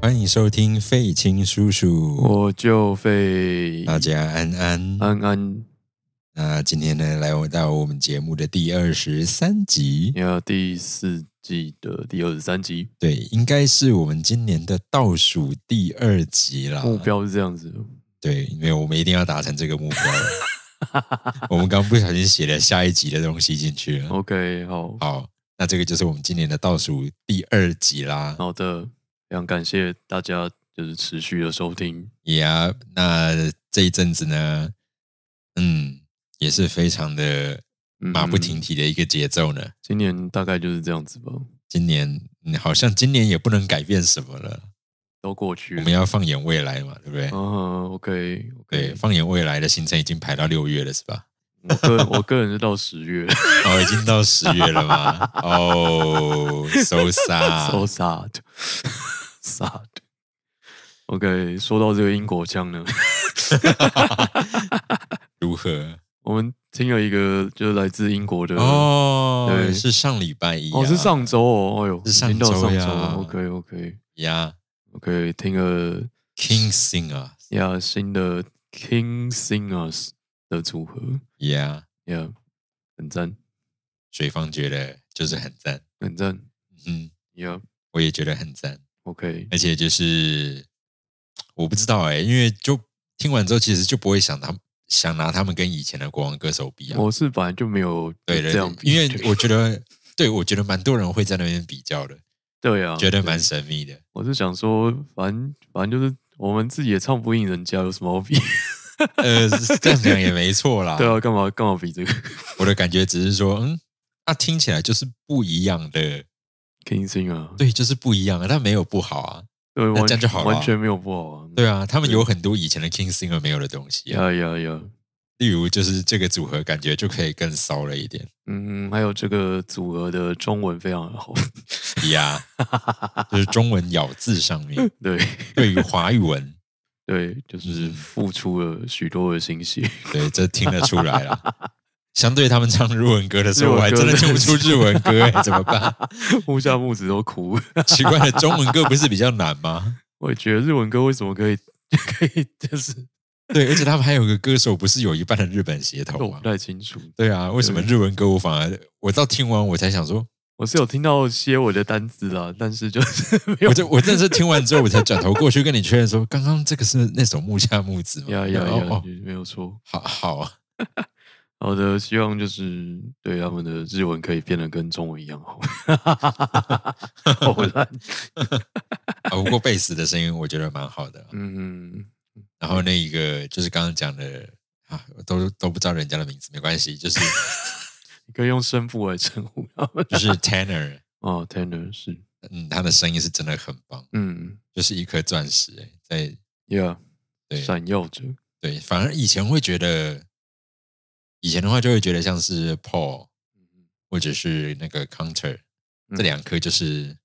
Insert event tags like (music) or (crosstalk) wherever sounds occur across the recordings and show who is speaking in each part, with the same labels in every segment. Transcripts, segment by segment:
Speaker 1: 欢迎收听费青叔叔，
Speaker 2: 我就会
Speaker 1: 大家安安。
Speaker 2: 安安
Speaker 1: 那今天呢，来我到我们节目的第二十三集，
Speaker 2: 要第四季的第二十三集，
Speaker 1: 对，应该是我们今年的倒数第二集啦。
Speaker 2: 目标是这样
Speaker 1: 嗯
Speaker 2: 子，
Speaker 1: 对，因为我们一定要达成这个目
Speaker 2: (laughs)
Speaker 1: 标。我们刚不小心写了下一集的东西进去
Speaker 2: 哦
Speaker 1: 了。
Speaker 2: OK，好
Speaker 1: 好，那这个就是我们今年的倒数第二集啦。
Speaker 2: 好的，非常感谢大家就是持续的收听，
Speaker 1: 也、yeah, 那这一阵子呢，嗯，也是非常的
Speaker 2: 嗯
Speaker 1: 马不停蹄的一个节奏呢。
Speaker 2: 今年大概就是这样子吧，
Speaker 1: 今年，嗯，好像今年也不能改变什么了。
Speaker 2: 都过去
Speaker 1: 我
Speaker 2: 了
Speaker 1: 们。要放眼未来嘛，对不对？
Speaker 2: 嗯，OK
Speaker 1: 对，
Speaker 2: OK，
Speaker 1: 放眼未来的行程已经排到六月了，是吧？
Speaker 2: 我个 (laughs) 人我个人是到十月，
Speaker 1: 哦，已经到十月了吗？
Speaker 2: (laughs)
Speaker 1: 哦、s o
Speaker 2: so
Speaker 1: sad。
Speaker 2: sad (laughs) sad。OK，说到这个英国腔呢，
Speaker 1: 如何？
Speaker 2: 我们听了一个就是来自英国的
Speaker 1: 哦、
Speaker 2: 嗯对
Speaker 1: 是上礼拜一、啊，
Speaker 2: 哦，是上周哦，哎呦，
Speaker 1: 是上
Speaker 2: 已经到
Speaker 1: 周
Speaker 2: 上
Speaker 1: 呀
Speaker 2: 周，OK OK
Speaker 1: 呀
Speaker 2: OK，听了
Speaker 1: ，King Singer
Speaker 2: 呀新的 King Singers 的组合
Speaker 1: 呀，
Speaker 2: 呀，很赞
Speaker 1: 水方觉得就是很赞，
Speaker 2: 很赞
Speaker 1: 嗯，
Speaker 2: 呀
Speaker 1: 我也觉得很赞，
Speaker 2: ，OK
Speaker 1: 而且就是我不知道哎、因为就听完之后，其实就不会想他想拿他们跟以前的国王歌手比啊，
Speaker 2: 我是本来就没有
Speaker 1: 对对
Speaker 2: 这样
Speaker 1: 对，
Speaker 2: 比，
Speaker 1: 因为我觉得，对我觉得蛮多人会在那边比较的，
Speaker 2: 对啊，
Speaker 1: 觉得蛮神秘的。
Speaker 2: 我是想说，反正反正就是我们自己也唱不赢人家，有什么
Speaker 1: (laughs)
Speaker 2: 好比？
Speaker 1: 呃，这样讲也没错啦。
Speaker 2: 对啊，干嘛干嘛比这个 (laughs)
Speaker 1: 我的感觉只是说，嗯，那、听起来就是不一样的，
Speaker 2: King Sing 啊？
Speaker 1: 对，就是不一样啊，但没有不好啊，
Speaker 2: 对，
Speaker 1: 那
Speaker 2: 完
Speaker 1: 这样就好了啊
Speaker 2: 完全没有不好啊，
Speaker 1: 对啊，他们有很多以前的 King Singer 没有的东西、啊，
Speaker 2: 呀呀呀，
Speaker 1: 例如就是这个组合感觉就可以更骚了一点
Speaker 2: 嗯，还有这个组合的中文非常好。 (laughs)
Speaker 1: 呀就是中文咬字上面，
Speaker 2: 对
Speaker 1: 对于华语文，
Speaker 2: 对，就是
Speaker 1: 嗯
Speaker 2: 付出了许多的心血。 (laughs)
Speaker 1: 对，这听得出来了。 (laughs) 相对他们唱日文歌的时候，
Speaker 2: 日
Speaker 1: 我
Speaker 2: 文
Speaker 1: 还
Speaker 2: 歌
Speaker 1: 真的
Speaker 2: 真
Speaker 1: 听不
Speaker 2: 的
Speaker 1: 出
Speaker 2: 是
Speaker 1: 日文歌、哎，怎么办？
Speaker 2: 木下
Speaker 1: 嗯
Speaker 2: 木子都哭了，
Speaker 1: 奇怪的，中文歌不是比较难
Speaker 2: (laughs)
Speaker 1: 吗？
Speaker 2: 我也觉得日文歌为什么可以 (laughs) 可以，就是
Speaker 1: 对，而且他们还有个歌手，不是有一半的日本血
Speaker 2: 我
Speaker 1: 统吗
Speaker 2: 不？太清楚。
Speaker 1: 对啊，为什么日文歌我反而我到听完我才想说，
Speaker 2: 我是有听到些我的单词啦，但是就是没有
Speaker 1: 我。这我真的是听完之后我才转头过去跟你确认说，刚刚这个是那首木下木子吗？
Speaker 2: 呀呀
Speaker 1: (laughs) 哦
Speaker 2: 呀
Speaker 1: 哦，，
Speaker 2: 没有错。
Speaker 1: 好好啊，
Speaker 2: 好的，希望就是对他们的日文可以变得跟中文一样好。好烂，
Speaker 1: (laughs) 啊不过贝斯的声音我觉得蛮好的啊。
Speaker 2: 嗯，
Speaker 1: 然后那一个就是刚刚讲的啊，我都都不知道人家的名字，没关系，就是
Speaker 2: 你可以用声部来称呼 (laughs) 他们。
Speaker 1: 就是 Tanner，
Speaker 2: 哦，Tanner 是，
Speaker 1: 嗯，他的声音是真的很棒，
Speaker 2: 嗯
Speaker 1: 就是一颗钻石、哎在
Speaker 2: ，Yeah，
Speaker 1: 对
Speaker 2: 闪耀着。
Speaker 1: 对，反而以前会觉得，以前的话就会觉得像是 Paul 或者是那个 Counter
Speaker 2: 嗯
Speaker 1: 这两颗就是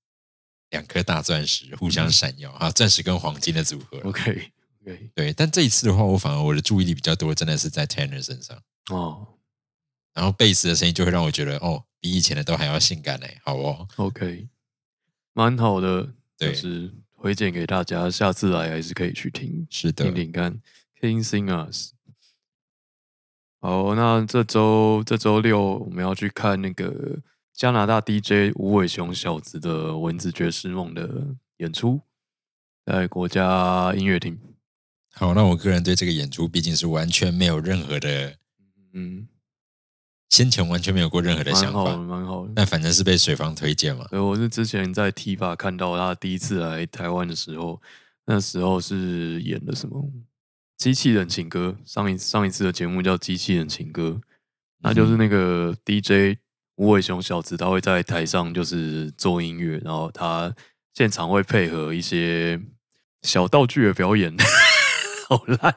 Speaker 1: 两颗大钻石互
Speaker 2: 嗯
Speaker 1: 相闪耀啊，钻石跟黄金的组合。
Speaker 2: OK OK，
Speaker 1: 对，但这一次的话，我反而我的注意力比较多，真的是在 Tanner 身上，
Speaker 2: 哦
Speaker 1: 然后贝斯的声音就会让我觉得哦，比以前的都还要性感哎、好哦，
Speaker 2: ，OK，蛮好的，
Speaker 1: 对
Speaker 2: 就是推荐给大家，下次来还是可以去听
Speaker 1: 是的
Speaker 2: 听，听看。King Singers。好，那这周这周六我们要去看那个加拿大 DJ 无尾熊小子的《蚊子爵士梦》的演出，在国家音乐厅。
Speaker 1: 好，那我个人对这个演出毕竟是完全没有任何的，
Speaker 2: 嗯，
Speaker 1: 先前完全没有过任何的
Speaker 2: 蛮
Speaker 1: 想
Speaker 2: 好的，
Speaker 1: 法，
Speaker 2: 蛮好的。
Speaker 1: 但反正是被水方推荐嘛，
Speaker 2: 对，我是之前在 T 吧看到他第一次来台湾的时候，那时候是演的什么《机器人情歌》，上一上一次的节目叫《机器人情歌》，
Speaker 1: 嗯
Speaker 2: 那就是那个 DJ 无尾熊小子，他会在台上就是做音乐，然后他现场会配合一些小道具的表演， (laughs) 好烂。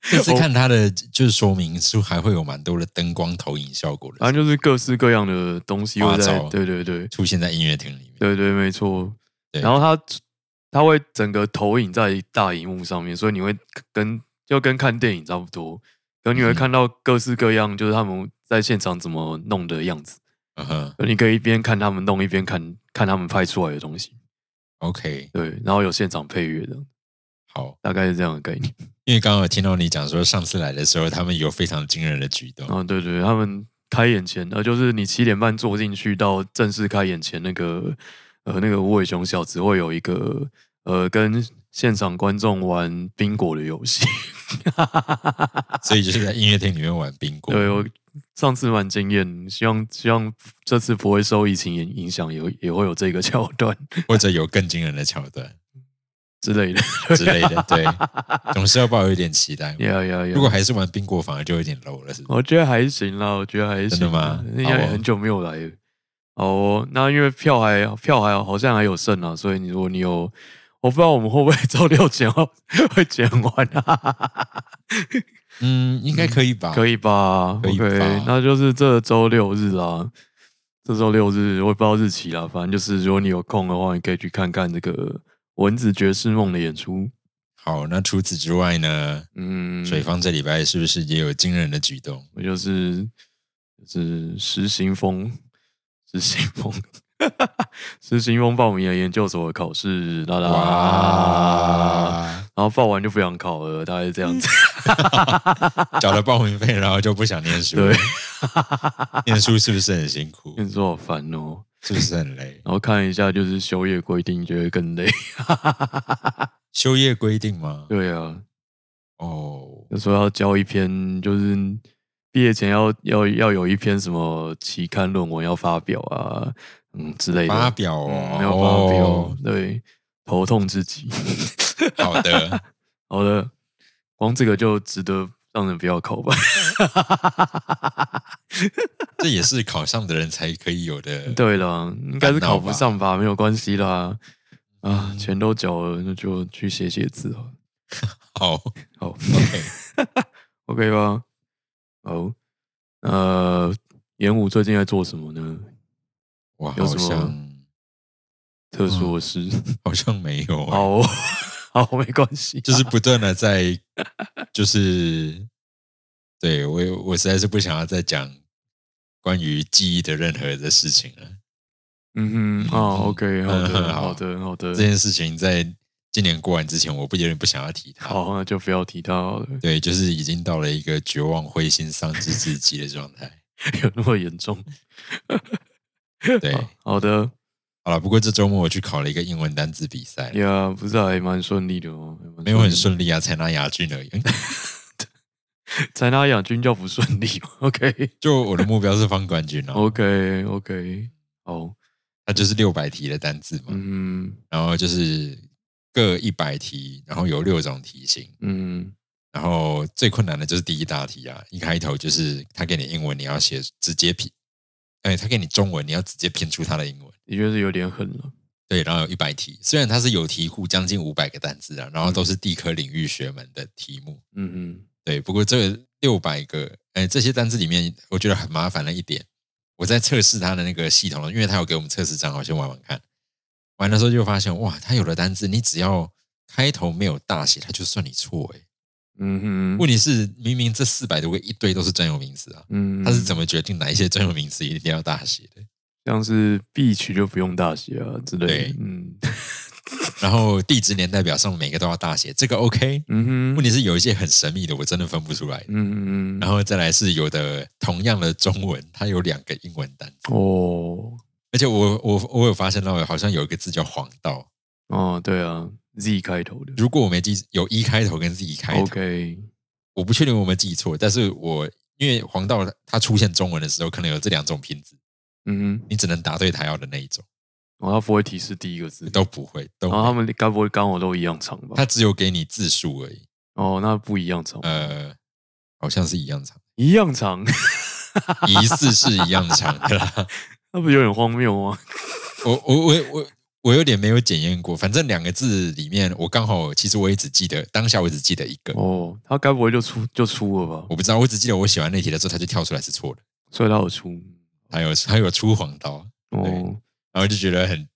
Speaker 1: 这次看它的就是说明书还会有蛮多的灯光投影效果
Speaker 2: 反
Speaker 1: 的，
Speaker 2: 啊正就是各式各样的东西会
Speaker 1: 花
Speaker 2: 在
Speaker 1: 招，
Speaker 2: 对对对，
Speaker 1: 出现在音乐厅里面。
Speaker 2: 对对，没错。
Speaker 1: 对
Speaker 2: 然后它它会整个投影在大荧幕上面，所以你会跟就跟看电影差不多，然后你会
Speaker 1: 嗯
Speaker 2: 看到各式各样，就是他们在现场怎么弄的样子。
Speaker 1: 嗯哼，
Speaker 2: 你可以一边看他们弄，一边看看他们拍出来的东西。
Speaker 1: OK，
Speaker 2: 对，然后有现场配乐的，
Speaker 1: 好，
Speaker 2: 大概是这样的概念。
Speaker 1: 因为刚刚有听到你讲说，上次来的时候他们有非常惊人的举动，
Speaker 2: 啊，对对，他们开演前，呃，就是你七点半坐进去到正式开演前那个，呃，那个无尾熊小子会有一个，呃，跟现场观众玩宾果的游戏。
Speaker 1: 所以就是在音乐厅里面玩冰果。
Speaker 2: 对我上次蛮惊艳，希望希望这次不会受疫情影影响，也会也会有这个桥段
Speaker 1: 或者有更惊人的桥
Speaker 2: (laughs)
Speaker 1: 段
Speaker 2: 之类的。 (laughs)
Speaker 1: 之类的，对，总是要抱有一点期待嘛。
Speaker 2: 呀呀呀！
Speaker 1: 如果还是玩冰果，反而就有点 low 了，是不是？
Speaker 2: 我觉得还行啦，我觉得还行啦。
Speaker 1: 真的吗
Speaker 2: 因为
Speaker 1: 好哦
Speaker 2: 很久没有来了。哦那因为票还票还好像还有剩啊，所以你如果你有，我不知道我们会不会 (laughs) 周六剪完会剪完啊？
Speaker 1: 嗯，应该可以吧？
Speaker 2: 可
Speaker 1: 以，
Speaker 2: 以吧
Speaker 1: 可以吧
Speaker 2: o k 那就是这周六日啦。这周六日我也不知道日期啦，反正就是如果你有空的话，你可以去看看这个蚊子爵士梦的演出。
Speaker 1: 好。那除此之外呢？
Speaker 2: 嗯，
Speaker 1: 水方这礼拜是不是也有惊人的举动？
Speaker 2: 我就是就是实行风， (laughs) 实行风， (laughs) 实行风报名了研究所的考试，啦啦，
Speaker 1: 哇！嗯
Speaker 2: 然后报完就不想考了，大概是这样子。 (laughs)
Speaker 1: 缴了报名费，然后就不想念书。
Speaker 2: 对，
Speaker 1: (laughs) 念书是不是很辛
Speaker 2: (laughs)
Speaker 1: 苦？
Speaker 2: 跟你说好烦哦。
Speaker 1: 是不是很累？
Speaker 2: 然后看一下就是休业规定，觉得更累。 (laughs)
Speaker 1: 休业规定吗？
Speaker 2: 对啊，
Speaker 1: 哦，
Speaker 2: 就说要交一篇，就是毕业前要要要有一篇什么期刊论文要发表啊，嗯之类的。
Speaker 1: 发表哦
Speaker 2: 嗯，没有发表，
Speaker 1: 哦
Speaker 2: 对，头痛至极。 (laughs)
Speaker 1: 好的，
Speaker 2: 好的，光这个就值得让人不要考吧？
Speaker 1: 这也是考上的人才可以有的。
Speaker 2: (laughs) 对了，应该是
Speaker 1: 烦恼
Speaker 2: 考
Speaker 1: 吧嗯
Speaker 2: 不上吧？没有关系啦，啊，钱都缴了，那就去写写字啊。
Speaker 1: 好
Speaker 2: 好
Speaker 1: ，OK，
Speaker 2: ，OK 吧？好，呃，演武最近在做什么呢？
Speaker 1: 我
Speaker 2: 有
Speaker 1: 好
Speaker 2: 什么
Speaker 1: 像
Speaker 2: 特殊
Speaker 1: 嗯
Speaker 2: 的事。
Speaker 1: 好像没有欸，
Speaker 2: 好， (laughs) 好，没关系。
Speaker 1: 就是不断的在，就是对我我实在是不想要再讲关于记忆的任何的事情了。
Speaker 2: 嗯哼，哦，OK，好
Speaker 1: 嗯
Speaker 2: 的，
Speaker 1: 好
Speaker 2: 好的，好
Speaker 1: 这
Speaker 2: 的，
Speaker 1: 件事情在今年过完之前，我不有点不想要提它。
Speaker 2: 好，那就不要提他了，
Speaker 1: 对，就是已经到了一个绝望、灰心、丧志至极的状
Speaker 2: (laughs)
Speaker 1: 态。
Speaker 2: (laughs) 有那么
Speaker 1: (laughs)
Speaker 2: 严重？
Speaker 1: 对，
Speaker 2: 好好的，
Speaker 1: 好了，不过这周末我去考了一个英文单字比赛，
Speaker 2: 呀，不是还蛮顺利的哦，还蛮
Speaker 1: 没有很
Speaker 2: 利的
Speaker 1: 顺利啊，才拿亚军而已。 (laughs)
Speaker 2: 才拿亚军叫不顺利，OK
Speaker 1: 就我的目标是方冠军哦，
Speaker 2: OK OK，好，
Speaker 1: (laughs) 它就是六百题的单字嘛，
Speaker 2: 嗯
Speaker 1: 然后就是各一百题，然后有六种题型，
Speaker 2: 嗯
Speaker 1: 然后最困难的就是第一大题啊，一开头就是他给你英文，你要写直接拼，哎，他给你中文，你要直接拼出他的英文。
Speaker 2: 的确是有点狠了，
Speaker 1: 对，然后有一百题，虽然它是有题库，将近五百个单字啊，然后都是地科领域学门的题目。
Speaker 2: 嗯
Speaker 1: 对，不过这六百个，哎，这些单字里面，我觉得很麻烦的一点，我在测试它的那个系统了，因为它有给我们测试账号，先玩玩看。玩的时候就发现，哇，它有的单字你只要开头没有大写，它就算你错哎。
Speaker 2: 嗯
Speaker 1: 问
Speaker 2: 哼，
Speaker 1: 题是，明明这四百多个一堆都是专有名词啊，
Speaker 2: 嗯，
Speaker 1: 它是怎么决定哪一些专有名词一定要大写的？
Speaker 2: 像是 B 区就不用大写啊之类
Speaker 1: 对
Speaker 2: 的，嗯
Speaker 1: 然后地质年代表上每个都要大写，这个 OK。
Speaker 2: 嗯
Speaker 1: 问
Speaker 2: 哼，
Speaker 1: 题是有一些很神秘的，我真的分不出来。
Speaker 2: 嗯嗯
Speaker 1: 然后再来是有的同样的中文，它有两个英文单，
Speaker 2: 哦
Speaker 1: 而且我我我有发现到好像有一个字叫黄道，
Speaker 2: 哦对啊，Z 开头的
Speaker 1: 如果我没记有一开头跟 Z 开头
Speaker 2: ，OK，
Speaker 1: 我不确定我有没有记错，但是我因为黄道它出现中文的时候，可能有这两种拼字，
Speaker 2: 嗯哼，
Speaker 1: 你只能答对它要的那一种，
Speaker 2: 哦他不会提示第一个字，
Speaker 1: 都不会，都不
Speaker 2: 然后
Speaker 1: 会
Speaker 2: 他们该不会刚好都一样长吧
Speaker 1: 它？只有给你字数而已，
Speaker 2: 哦，那不一样长，
Speaker 1: 呃，好像是一样长，
Speaker 2: 一样长， (laughs)
Speaker 1: 疑似是一样长的啦。
Speaker 2: 那不有点荒谬吗？
Speaker 1: 我我我我我有点没有检验过，反正两个字里面，我刚好其实我也只记得当下我只记得一个，
Speaker 2: 哦，他该不会就出就出了吧？
Speaker 1: 我不知道，我只记得我写完那题的时候，它就跳出来是错的，
Speaker 2: 所以他有出
Speaker 1: 还有还有出黄刀，对
Speaker 2: 哦，
Speaker 1: 然后就觉得很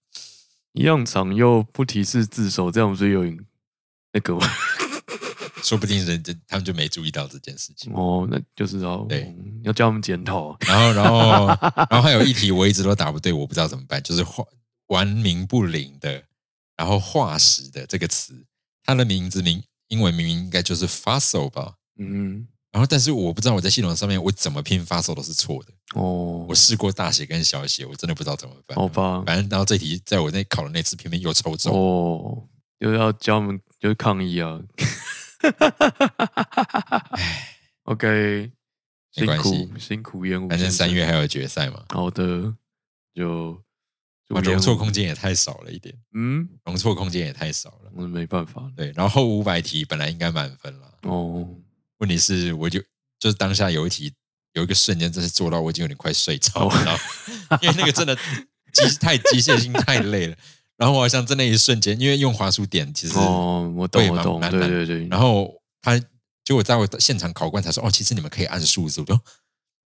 Speaker 2: 一样长又不提示自首，这样不是有点那个吗？ (laughs)
Speaker 1: 说不定人家他们就没注意到这件事情。
Speaker 2: 哦，那就是要
Speaker 1: 对
Speaker 2: 嗯要叫他们检讨啊。
Speaker 1: 然后然后然后还有一题我一直都答不对，我不知道怎么办，就是画完名不灵的然后化石的这个词，它的名字名英文明明应该就是 fossil 吧，
Speaker 2: 嗯，
Speaker 1: 然后但是我不知道我在系统上面我怎么拼 fossil 都是错的，
Speaker 2: 哦
Speaker 1: 我，试过大写跟小写，我真的不知道怎么办。
Speaker 2: 好吧，
Speaker 1: 反正然后这题在我那考的那次偏偏又抽中，
Speaker 2: 哦，就是要教我们就是抗议啊。OK，
Speaker 1: 没
Speaker 2: 辛
Speaker 1: 关系
Speaker 2: 苦辛苦烟雾
Speaker 1: 反
Speaker 2: 先生，
Speaker 1: 正三月还有决赛嘛，
Speaker 2: 好的，就
Speaker 1: 我
Speaker 2: 烟
Speaker 1: 容错
Speaker 2: 雾
Speaker 1: 空间也太少了一点，
Speaker 2: 嗯，
Speaker 1: 容错空间也太少了。
Speaker 2: 我是没办法
Speaker 1: 对，然后后五百题本来应该满分啦，
Speaker 2: 哦，
Speaker 1: 问题是我就就是当下有一题有一个瞬间，真是做到我已经有点快睡
Speaker 2: 哦
Speaker 1: 着了，然后因为那个真的机太机械性太累了。然后我好像在那一瞬间，因为用滑鼠点其实，
Speaker 2: 哦，我
Speaker 1: 会
Speaker 2: 懂，我
Speaker 1: 蛮
Speaker 2: 懂，
Speaker 1: 蛮
Speaker 2: 对
Speaker 1: 难
Speaker 2: 对对。
Speaker 1: 然后他结果在我现场考官才说，哦，其实你们可以按数字，我就哦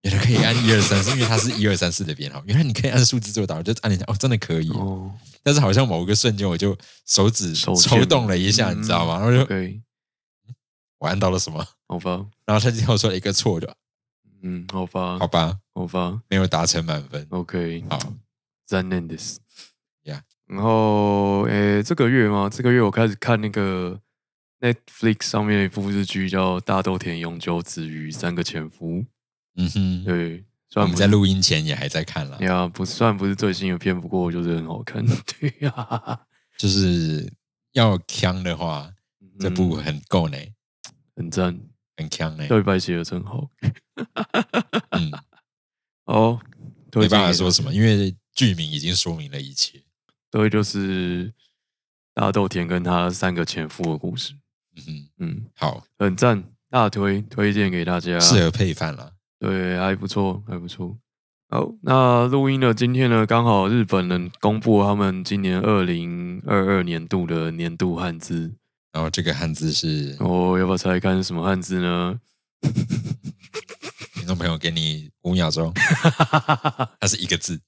Speaker 1: 原来可以按一二三四，因为它是一二三四的编号，原来你可以按数字做到，我就按了一下，哦，真的可以。
Speaker 2: 哦
Speaker 1: 但是好像某个瞬间，我就手指
Speaker 2: 手
Speaker 1: 抽
Speaker 2: 贱嗯
Speaker 1: 动了一下，你知道吗？然后就
Speaker 2: ，OK，
Speaker 1: 我按到了什么，
Speaker 2: 好吧，
Speaker 1: 然后他就跳出来一个错，我就
Speaker 2: 嗯，好吧，
Speaker 1: 好吧，
Speaker 2: 好吧
Speaker 1: 没有达成满分。
Speaker 2: ，OK，
Speaker 1: 好，
Speaker 2: 赞念 this。
Speaker 1: Yeah
Speaker 2: 然后，诶，这个月吗？这个月我开始看那个 Netflix 上面的一部日剧，叫《大豆田永久子与三个前夫》。
Speaker 1: 嗯哼，
Speaker 2: 对，虽
Speaker 1: 我
Speaker 2: 然
Speaker 1: 们
Speaker 2: 不
Speaker 1: 哦在
Speaker 2: 是
Speaker 1: 录啊音前也还在看啦，
Speaker 2: 呀，不，虽然不是最新的片，不过就是很
Speaker 1: (laughs)
Speaker 2: 好看。对啊呀、
Speaker 1: 就是要强的话，这部
Speaker 2: 嗯
Speaker 1: 很够呢，
Speaker 2: 很赞，
Speaker 1: 很强呢。
Speaker 2: 对白写的真好。 (laughs)
Speaker 1: 嗯，
Speaker 2: 哦，推
Speaker 1: 没
Speaker 2: 荐
Speaker 1: 办法
Speaker 2: 给
Speaker 1: 说
Speaker 2: 大
Speaker 1: 什么，因为剧名已经说明了一切。
Speaker 2: 对，就是大豆田跟他三个前夫的故事，
Speaker 1: 嗯哼，
Speaker 2: 嗯，
Speaker 1: 好，
Speaker 2: 很赞，大推推荐给大家，
Speaker 1: 适合配饭啦。
Speaker 2: 对，还不错，还不错。好，那录音的今天呢，刚好日本人公布他们今年二零二二年度的年度汉字，
Speaker 1: 然后这个汉字是
Speaker 2: 哦，要不要猜看是什么汉字呢？
Speaker 1: 听众朋友给你五秒
Speaker 2: (laughs)
Speaker 1: 钟，它是一个字，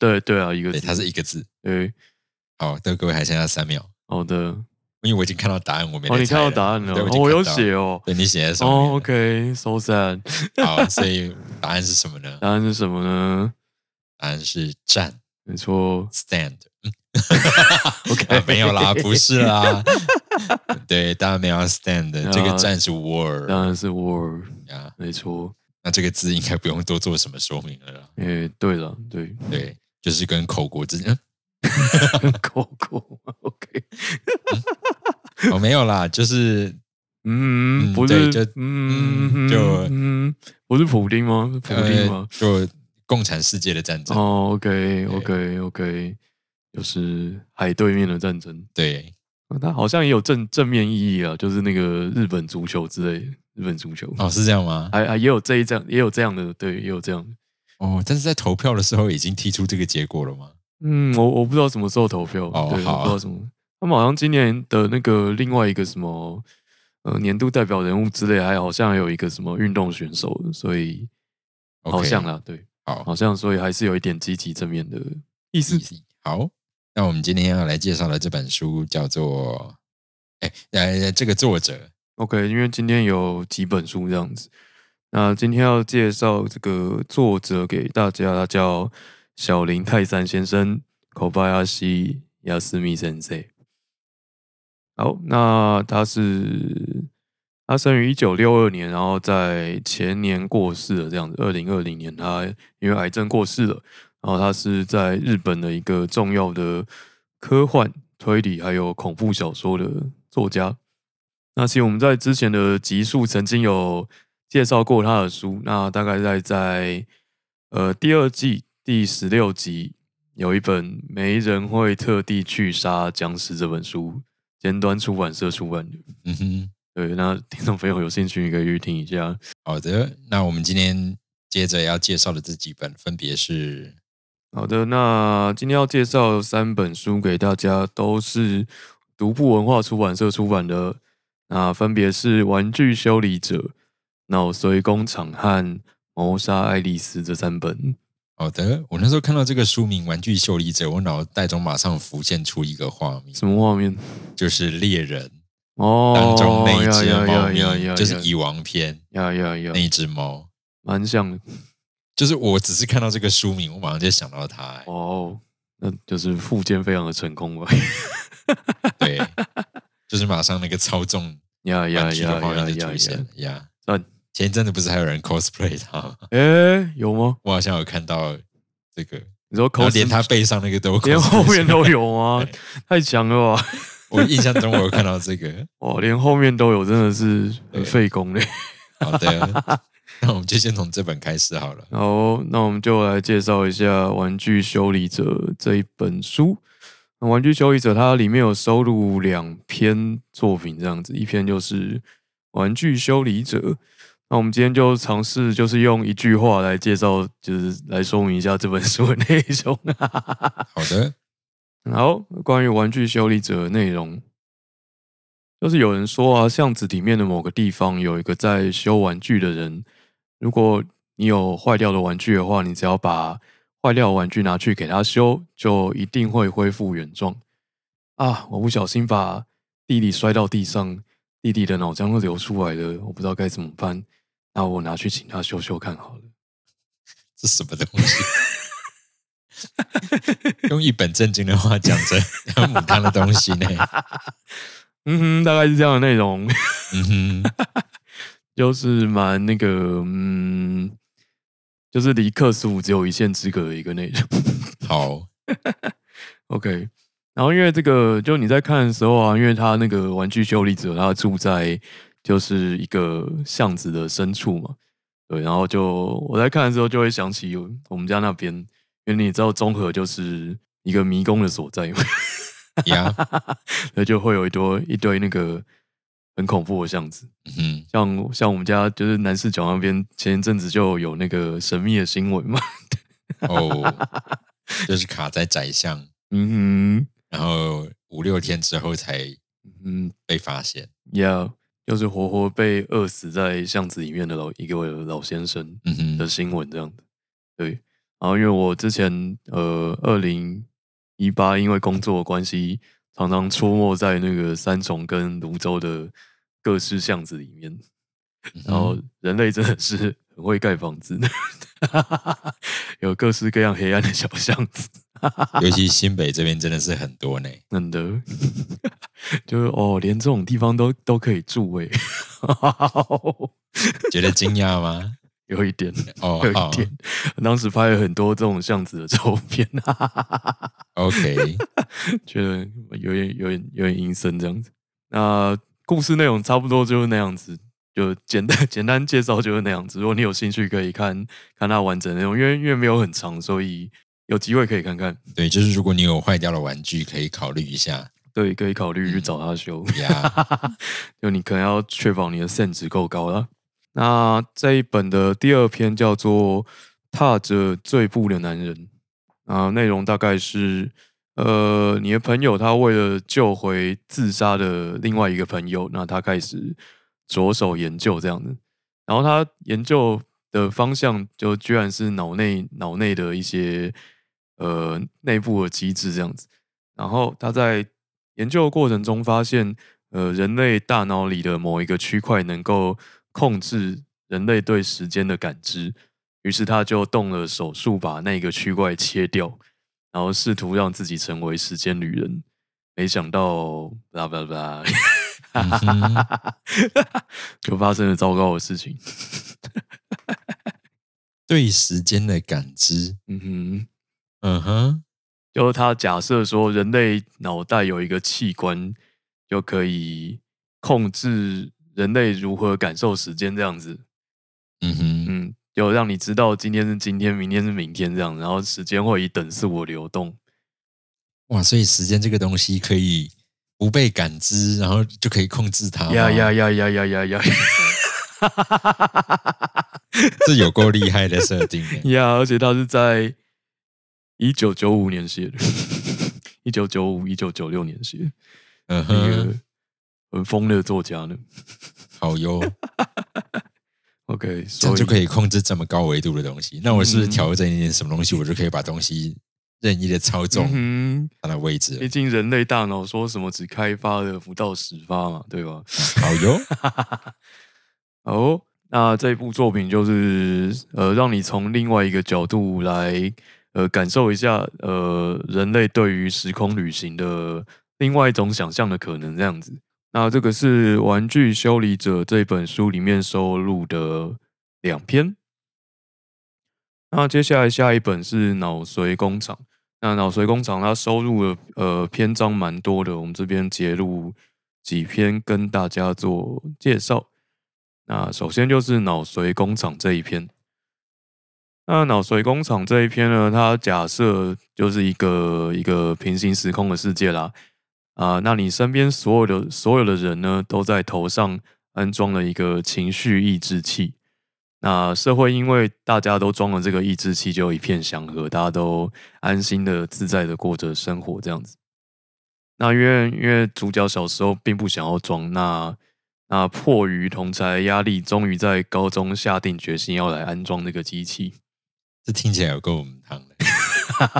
Speaker 2: 对对啊，一个
Speaker 1: 对，
Speaker 2: 字，
Speaker 1: 它是一个字。
Speaker 2: 对，
Speaker 1: 好，但各位还剩下三秒，
Speaker 2: 好的，
Speaker 1: 因为我已经看到答案，我没
Speaker 2: 哦，
Speaker 1: 得
Speaker 2: 你
Speaker 1: 猜
Speaker 2: 看
Speaker 1: 了
Speaker 2: 到答案了，
Speaker 1: 对
Speaker 2: 哦
Speaker 1: 我已经看到
Speaker 2: 我有写哦，
Speaker 1: 对你写在上面了
Speaker 2: 哦，OK，so sad，
Speaker 1: (laughs) 好，所以答案是什么
Speaker 2: (laughs)
Speaker 1: 呢？
Speaker 2: 答案是什么呢？
Speaker 1: 答案是站 (laughs)
Speaker 2: 没错，
Speaker 1: stand。(laughs)
Speaker 2: OK，、
Speaker 1: 啊，没有
Speaker 2: (laughs)
Speaker 1: 啦，不是啦，对，大家没有要 stand，的
Speaker 2: 啊
Speaker 1: 这个战术 war
Speaker 2: 当然是 war，
Speaker 1: 啊，
Speaker 2: 没错。
Speaker 1: 那这个字应该不用多做什么说明了啦，
Speaker 2: 诶、对了，对， (laughs)
Speaker 1: 对，就是跟口国之间，
Speaker 2: 狗狗，OK，
Speaker 1: 嗯哦，没有啦，就是嗯
Speaker 2: 嗯，不
Speaker 1: 对
Speaker 2: 是，
Speaker 1: 就嗯
Speaker 2: 嗯，
Speaker 1: 就
Speaker 2: 嗯，不是普丁吗？是普丁
Speaker 1: 呃
Speaker 2: 吗，？
Speaker 1: 就共产世界的战争，
Speaker 2: 哦，OK，OK，OK，就是海对面的战争，
Speaker 1: 对，
Speaker 2: 哦它好像也有正正面意义啊，就是那个日本足球之类的，日本足球，
Speaker 1: 哦，是这样吗？
Speaker 2: 还还也有这一这样，也有这样的，对，也有这样的。
Speaker 1: 哦，但是在投票的时候已经提出这个结果了吗？
Speaker 2: 嗯，我我不知道什么时候投票，
Speaker 1: 哦
Speaker 2: 对，
Speaker 1: 好
Speaker 2: 我
Speaker 1: 啊
Speaker 2: 不知道什么。他们好像今年的那个另外一个什么呃年度代表人物之类，还好像还有一个什么运动选手，所以
Speaker 1: OK，
Speaker 2: 好像啦，啊对，
Speaker 1: 好
Speaker 2: 好像所以还是有一点积极正面的意思。
Speaker 1: 好，那我们今天要来介绍的这本书叫做，哎，呃，这个作者
Speaker 2: OK，因为今天有几本书这样子，那今天要介绍这个作者给大家，他叫小林泰山先生，口巴亚西亚斯密先生。好，那他是他生于一九六二年，然后在前年过世了，这样子。二零二零年他因为癌症过世了，然后他是在日本的一个重要的科幻、推理还有恐怖小说的作家。那其实我们在之前的集数曾经有介绍过他的书，那大概在在呃第二季第十六集有一本《没人会特地去杀僵尸》这本书，尖端出版社出版的。
Speaker 1: 嗯哼。
Speaker 2: 对，那听众朋友有兴趣，你可以去听一下。
Speaker 1: 好的，那我们今天接着要介绍的这几本分别是，
Speaker 2: 好的，那今天要介绍三本书给大家，都是独步文化出版社出版的，那分别是《玩具修理者》、《脑髓工厂》和《谋杀爱丽丝》这三本。
Speaker 1: 好的，我那时候看到这个书名《玩具修理者》，我脑袋中马上浮现出一个画面，
Speaker 2: 什么画面？
Speaker 1: 就是猎人
Speaker 2: 哦，
Speaker 1: 当中那一
Speaker 2: 呀
Speaker 1: 只
Speaker 2: 哦呀
Speaker 1: 猫
Speaker 2: 呀呀
Speaker 1: 咪，
Speaker 2: 呀
Speaker 1: 就是
Speaker 2: 呀
Speaker 1: 蚁王篇
Speaker 2: 呀呀呀
Speaker 1: 那，一只猫。
Speaker 2: 蛮像的
Speaker 1: 就是我只是看到这个
Speaker 2: 哦
Speaker 1: 书名，我马上就想到它、欸
Speaker 2: 哦。那就是复健非常的成功吧？ (laughs)
Speaker 1: 对，就是马上那个操
Speaker 2: (laughs)
Speaker 1: 纵
Speaker 2: 呀呀
Speaker 1: 玩具的
Speaker 2: 呀
Speaker 1: 画
Speaker 2: 呀
Speaker 1: 面就
Speaker 2: 呀
Speaker 1: 出现
Speaker 2: 呀
Speaker 1: 了！呀。
Speaker 2: 赞！
Speaker 1: 前一阵子不是还有人 cosplay 他吗？ (laughs)
Speaker 2: 哎，有吗？
Speaker 1: 我好像有看到这个，
Speaker 2: 你说
Speaker 1: 然后
Speaker 2: cos
Speaker 1: 连他背上那个都 cosplay
Speaker 2: 连后面都有
Speaker 1: (laughs)
Speaker 2: 吗
Speaker 1: 对？
Speaker 2: 太强了吧！
Speaker 1: 我印象中我有看到这个。
Speaker 2: 哇，连后面都有，真的是很
Speaker 1: 对
Speaker 2: 费工嘞。 (laughs)
Speaker 1: 好的，那我们就先从这本开始好了。
Speaker 2: 好，哦那我们就来介绍一下《玩具修理者》这一本书。那《玩具修理者》它里面有收录两篇作品，这样子，一篇就是《玩具修理者》。那我们今天就尝试，就是用一句话来介绍，就是来说明一下这本书的内容。
Speaker 1: 好的，
Speaker 2: 好，关于玩具修理者的内容，就是有人说啊，巷子里面的某个地方有一个在修玩具的人。如果你有坏掉的玩具的话，你只要把坏掉的玩具拿去给他修，就一定会恢复原状。啊，我不小心把弟弟摔到地上，弟弟的脑浆都流出来了，我不知道该怎么办。那我拿去请他修修看好了。
Speaker 1: 这什么东西？ (laughs) 用一本正经的话讲着 (laughs) 要母汤的东西呢？
Speaker 2: 嗯哼，大概是这样的内容。
Speaker 1: 嗯哼，
Speaker 2: 就是蛮那个，嗯，就是离克苏只有一线之隔的一个内容。 (laughs)
Speaker 1: 好，
Speaker 2: OK，然后因为这个，就你在看的时候啊，因为他那个玩具修理者，他住在就是一个巷子的深处嘛，对，然后就我在看的时候就会想起有我们家那边，因为你知道综合就是一个迷宫的所在嘛， (laughs)
Speaker 1: 呀，
Speaker 2: 那就会有一堆一堆那个很恐怖的巷子。
Speaker 1: 嗯哼，
Speaker 2: 像像我们家就是南市角那边，前一阵子就有那个神秘的新闻嘛。 (laughs)
Speaker 1: 哦，就是卡在宰相，
Speaker 2: 嗯
Speaker 1: 然后五六天之后才
Speaker 2: 哼，嗯
Speaker 1: 被发现。
Speaker 2: 呀，就是活活被饿死在巷子里面的老一个老先生
Speaker 1: 嗯
Speaker 2: 的
Speaker 1: 哼，
Speaker 2: 新闻这样子。对，然后因为我之前呃，二零一八因为工作的关系，常常出没在那个三重跟泸州的各式巷子里面。
Speaker 1: 嗯哼
Speaker 2: 然后人类真的是很会盖房子的， (laughs) 有各式各样黑暗的小巷子，
Speaker 1: 尤其新北这边真的是很多呢。
Speaker 2: 真的， (laughs) 就是哦，连这种地方都都可以住欸诶、
Speaker 1: 觉得惊讶吗？
Speaker 2: 有一点，
Speaker 1: 哦，
Speaker 2: (laughs) 有
Speaker 1: 好
Speaker 2: 一点，当时拍了很多这种巷子的照片，啊
Speaker 1: ，OK，
Speaker 2: (laughs) 觉得有点有点有点阴森这样子。那故事内容差不多就是那样子，就简单 (laughs) 简单介绍就是那样子。如果你有兴趣，可以看看它完整内容，因为因为没有很长，所以有机会可以看看。
Speaker 1: 对，就是如果你有坏掉的玩具，可以考虑一下
Speaker 2: 对，可以考虑去
Speaker 1: 嗯
Speaker 2: 找他修。 (laughs)
Speaker 1: 呀。
Speaker 2: 就你可能要确保你的 s 值够高了。那这一本的第二篇叫做《踏着醉步的男人》啊，内容大概是呃，你的朋友他为了救回自杀的另外一个朋友，那他开始着手研究这样子，然后他研究的方向就居然是脑内脑内的一些呃内部的机制这样子。然后他在研究的过程中发现，呃，人类大脑里的某一个区块能够控制人类对时间的感知，于是他就动了手术，把那个区块切掉，然后试图让自己成为时间旅人。没想到，巴拉巴拉巴拉，
Speaker 1: 嗯哼
Speaker 2: (laughs) 就发生了糟糕的事情。
Speaker 1: 对时间的感知，
Speaker 2: 嗯哼。
Speaker 1: 嗯哼，
Speaker 2: 就是他假设说，人类脑袋有一个器官，就可以控制人类如何感受时间这样子。
Speaker 1: 嗯哼，
Speaker 2: 嗯，就让你知道今天是今天，明天是明天这样，然后时间会以等速我流动。
Speaker 1: 哇，所以时间这个东西可以不被感知，然后就可以控制它吗。
Speaker 2: 呀呀呀呀呀呀呀！ (laughs)
Speaker 1: 这有够厉害的设定
Speaker 2: (laughs)
Speaker 1: 耶
Speaker 2: 呀，而且他是在一九九五年写的， (laughs) 一九九五、一九九六年写的，
Speaker 1: 嗯
Speaker 2: 一个
Speaker 1: 哼，
Speaker 2: 很疯的作家呢。
Speaker 1: 好哟，
Speaker 2: OK，
Speaker 1: 这
Speaker 2: 所
Speaker 1: 样
Speaker 2: 以
Speaker 1: 就可以控制这么高维度的东西。那我是不是
Speaker 2: 嗯
Speaker 1: 调整一点什么东西，我就可以把东西任意的操纵
Speaker 2: 嗯哼
Speaker 1: 它的位置
Speaker 2: 毕
Speaker 1: 了？
Speaker 2: 竟人类大脑说什么只开发了不到十发嘛，对吧？
Speaker 1: 好哟，
Speaker 2: 哦，那这部作品就是呃，让你从另外一个角度来呃感受一下呃人类对于时空旅行的另外一种想象的可能这样子。那这个是《玩具修理者》这本书里面收录的两篇。那接下来下一本是《脑髓工厂》。那《脑髓工厂》它收录了呃篇章蛮多的，我们这边截录几篇跟大家做介绍。那首先就是《脑髓工厂》这一篇。那《脑髓工厂》这一篇呢，它假设就是一个一个平行时空的世界啦。啊、那你身边所有的所有的人呢，都在头上安装了一个情绪抑制器。那社会因为大家都装了这个抑制器，就一片祥和，大家都安心的、自在的过着生活这样子。那因为因为主角小时候并不想要装，那那迫于同才压力，终于在高中下定决心要来安装这个机器。 (laughs)
Speaker 1: 这听起来有够我们汤的，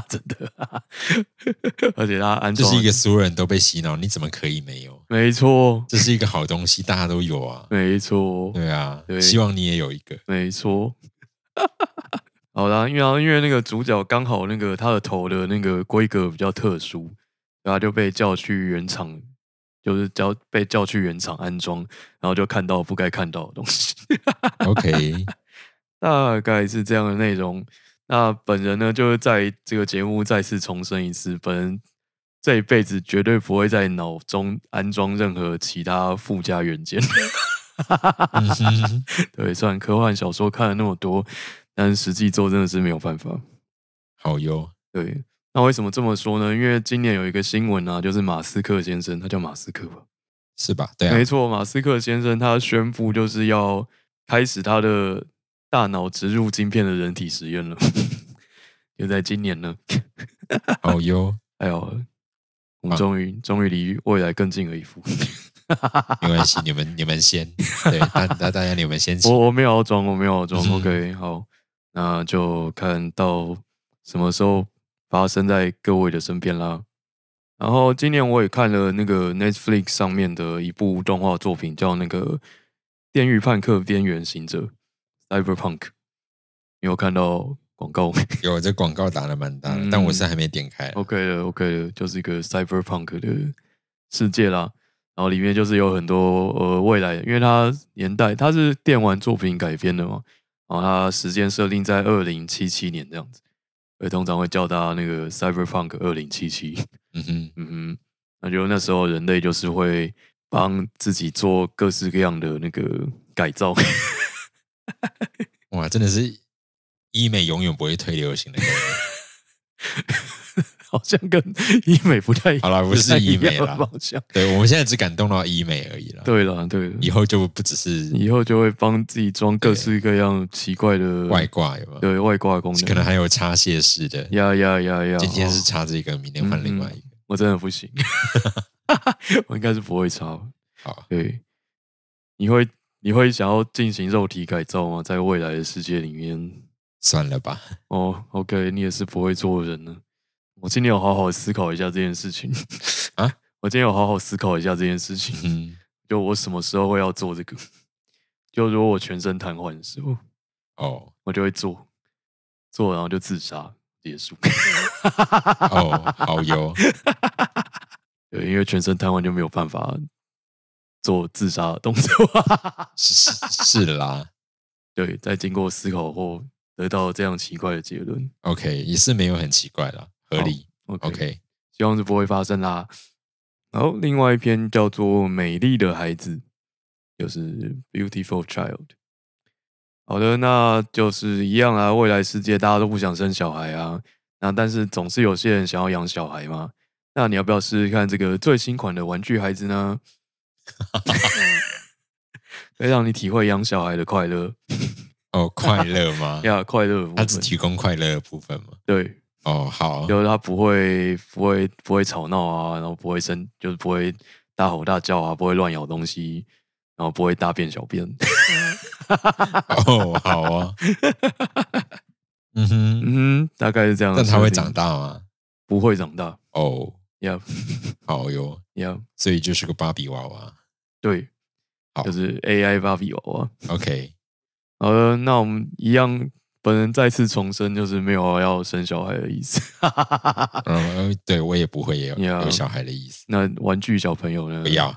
Speaker 2: 真的、 (laughs) 而且他安
Speaker 1: 这
Speaker 2: 装
Speaker 1: 是一个所有人都被洗脑，你怎么可以没有？
Speaker 2: 没错，
Speaker 1: 这是一个好东西，大家都有
Speaker 2: (laughs)
Speaker 1: 啊。
Speaker 2: 没错，
Speaker 1: 对啊，
Speaker 2: 对
Speaker 1: 希望你也有一
Speaker 2: (laughs)
Speaker 1: 个。
Speaker 2: 没错。好啦，因为啊因为那个主角刚好那个他的头的那个规格比较特殊，然后他就被叫去原厂，就是叫被叫去原厂安装，然后就看到不该看到的东西。
Speaker 1: OK，
Speaker 2: 大概是这样的内容。那本人呢，就是在这个节目再次重申一次，本人这一辈子绝对不会在脑中安装任何其他附加元件。 (laughs)
Speaker 1: 嗯哼
Speaker 2: 对，虽然科幻小说看了那么多，但实际做真的是没有办法。
Speaker 1: 好哟，
Speaker 2: 对，那为什么这么说呢？因为今年有一个新闻啊，就是马斯克先生，他叫马斯克吧？
Speaker 1: 是吧？对啊
Speaker 2: 没，错，马斯克先生他宣布就是要开始他的大脑植入晶片的人体实验了，就在今年呢。
Speaker 1: 好哟，
Speaker 2: 哎呦，我们
Speaker 1: 啊
Speaker 2: 终于、终于离未来更近了一步。
Speaker 1: 没关系，你们你 (laughs) 们先，对，大大大家你们先起，
Speaker 2: (laughs) 我我没有要装，我没有要装。
Speaker 1: 嗯
Speaker 2: OK，好，那就看到什么时候发生在各位的身边啦。然后今年我也看了那个 Netflix 上面的一部动画作品，叫那个《电狱判客：边缘行者》（Cyberpunk）。你有看到广告
Speaker 1: 有这广告打的蛮大的
Speaker 2: 嗯，
Speaker 1: 但我是还没点开。
Speaker 2: ？OK 了，OK 了，就是一个 Cyberpunk 的世界啦。然后里面就是有很多呃未来，因为它年代它是电玩作品改编的嘛，然后它时间设定在二零七七年这样子，所以通常会叫它那个 Cyberpunk 二零七七。
Speaker 1: 嗯哼，
Speaker 2: 嗯哼，那就那时候人类就是会帮自己做各式各样的那个改造。 (laughs)
Speaker 1: 哇，真的是医美永远不会退流行的概念。
Speaker 2: 好像跟医美不太
Speaker 1: 好啦不是医美啦
Speaker 2: 了，好像
Speaker 1: 对，我们现在只敢动到医美而已了。，
Speaker 2: 对了对了，
Speaker 1: 以后就不只是
Speaker 2: 以后就会帮自己装各式各样奇怪的
Speaker 1: 外挂，有没有？
Speaker 2: 对外挂功
Speaker 1: 可
Speaker 2: 能。
Speaker 1: 能还有插卸式的。
Speaker 2: 呀呀呀呀！
Speaker 1: 今天是
Speaker 2: 哦
Speaker 1: 插这个，明天换另外一个。
Speaker 2: 我真的不行， (laughs) 我应该是不会插。
Speaker 1: 好，
Speaker 2: 对，你会你会想要进行肉体改造吗？在未来的世界里面，
Speaker 1: 算了吧。
Speaker 2: 哦，OK，你也是不会做的人呢。我今天有好好思考一下这件事情
Speaker 1: 啊，
Speaker 2: (laughs) 我今天有好好思考一下这件事情，
Speaker 1: 嗯，
Speaker 2: 就我什么时候会要做这个？就如果我全身瘫痪的时候，
Speaker 1: 哦
Speaker 2: 我就会做，做然后就自杀结束。
Speaker 1: 哦，好哟。
Speaker 2: 对，因为全身瘫痪就没有办法做自杀的动作。 (laughs)
Speaker 1: 是是是啦。
Speaker 2: 对，在经过思考后得到这样奇怪的结论。
Speaker 1: OK，也是没有很奇怪啦，合理。
Speaker 2: OK，,
Speaker 1: OK，
Speaker 2: 希望是不会发生啦。然后另外一篇叫做《美丽的孩子》，就是《Beautiful Child》。好的，那就是一样啊。未来世界大家都不想生小孩啊，那但是总是有些人想要养小孩嘛。那你要不要试试看这个最新款的玩具孩子呢？ (laughs) 可以让你体会养小孩的快乐？
Speaker 1: 哦，快乐吗
Speaker 2: (laughs) 呀，快乐的部
Speaker 1: 他只
Speaker 2: 分。
Speaker 1: 提供快乐的部分吗？
Speaker 2: 对，
Speaker 1: 哦，好，
Speaker 2: 就是他不会不会不会吵闹啊，然后不会生，就是不会大吼大叫啊，不会乱咬东西，然后不会大便小便。
Speaker 1: 哦，好啊。嗯哼，
Speaker 2: 嗯哼，大概是这样。
Speaker 1: 那他会长？大吗？
Speaker 2: 不会长大。
Speaker 1: 哦，
Speaker 2: 呀
Speaker 1: 好哟，
Speaker 2: 呀，
Speaker 1: 所以就是个芭比娃娃。
Speaker 2: 对，
Speaker 1: 好
Speaker 2: 就是 AI 芭比娃娃。
Speaker 1: OK，
Speaker 2: 好了，那我们一样本人再次重申，就是没有要生小孩的意思。 (laughs)
Speaker 1: 嗯，呃对我也不会有
Speaker 2: Yeah
Speaker 1: 有小孩的意思，
Speaker 2: 那玩具小朋友呢？
Speaker 1: 不要。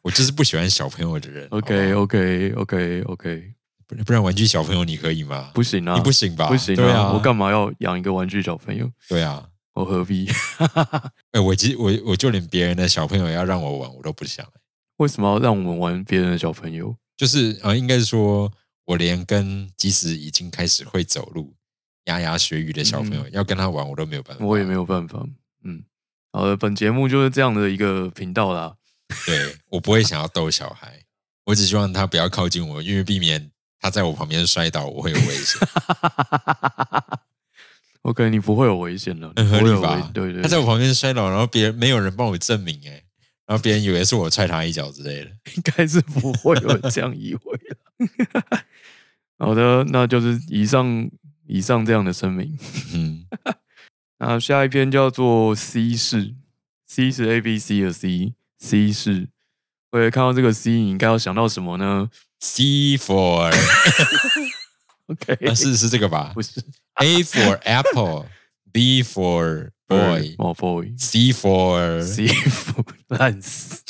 Speaker 1: 我就是不喜欢小朋友的人。
Speaker 2: OK
Speaker 1: 好不好
Speaker 2: OK OK OK，
Speaker 1: 不然不然玩具小朋友你可以吗？
Speaker 2: 不行啊，
Speaker 1: 你不行吧？
Speaker 2: 不行
Speaker 1: 对啊，
Speaker 2: 我干嘛要养一个玩具小朋友？
Speaker 1: 对啊。
Speaker 2: 我何必？
Speaker 1: 哎、我其实我我就连别人的小朋友要让我玩，我都不想、欸
Speaker 2: 为什么要让我们玩别人的小朋友？
Speaker 1: 就是呃，应该是说，我连跟即使已经开始会走路、牙牙学语的小朋友，
Speaker 2: 嗯
Speaker 1: 要跟他玩，我都没有办法。
Speaker 2: 我也没有办法。嗯，好的，本节目就是这样的一个频道
Speaker 1: (laughs)
Speaker 2: 啦。
Speaker 1: 对我不会想要逗小孩，我只希望他不要靠近我，因为避免他在我旁边摔倒，我会有危险。
Speaker 2: OK，你不会有危险的，
Speaker 1: 很
Speaker 2: 你
Speaker 1: 合
Speaker 2: 不
Speaker 1: 理
Speaker 2: 会有
Speaker 1: 吧
Speaker 2: 危，？对对
Speaker 1: 他在我旁边摔倒，然后别人没有人帮我证明、哎，然后别人以为是我踹他一脚之类的。
Speaker 2: 应该是不会有人这样以为了。 (laughs) 好的，那就是以上以上这样的声明。
Speaker 1: 嗯，
Speaker 2: 那下一篇叫做 C 市，C 是 A B C 的 C，C 市。会看到这个 C，你应该要想到什么呢
Speaker 1: C
Speaker 2: (laughs)
Speaker 1: for，
Speaker 2: ？OK，
Speaker 1: 啊是是这个吧
Speaker 2: (laughs) 不是
Speaker 1: ？A for apple，B for boy，C
Speaker 2: 哦 boy，
Speaker 1: for
Speaker 2: 西服烂死，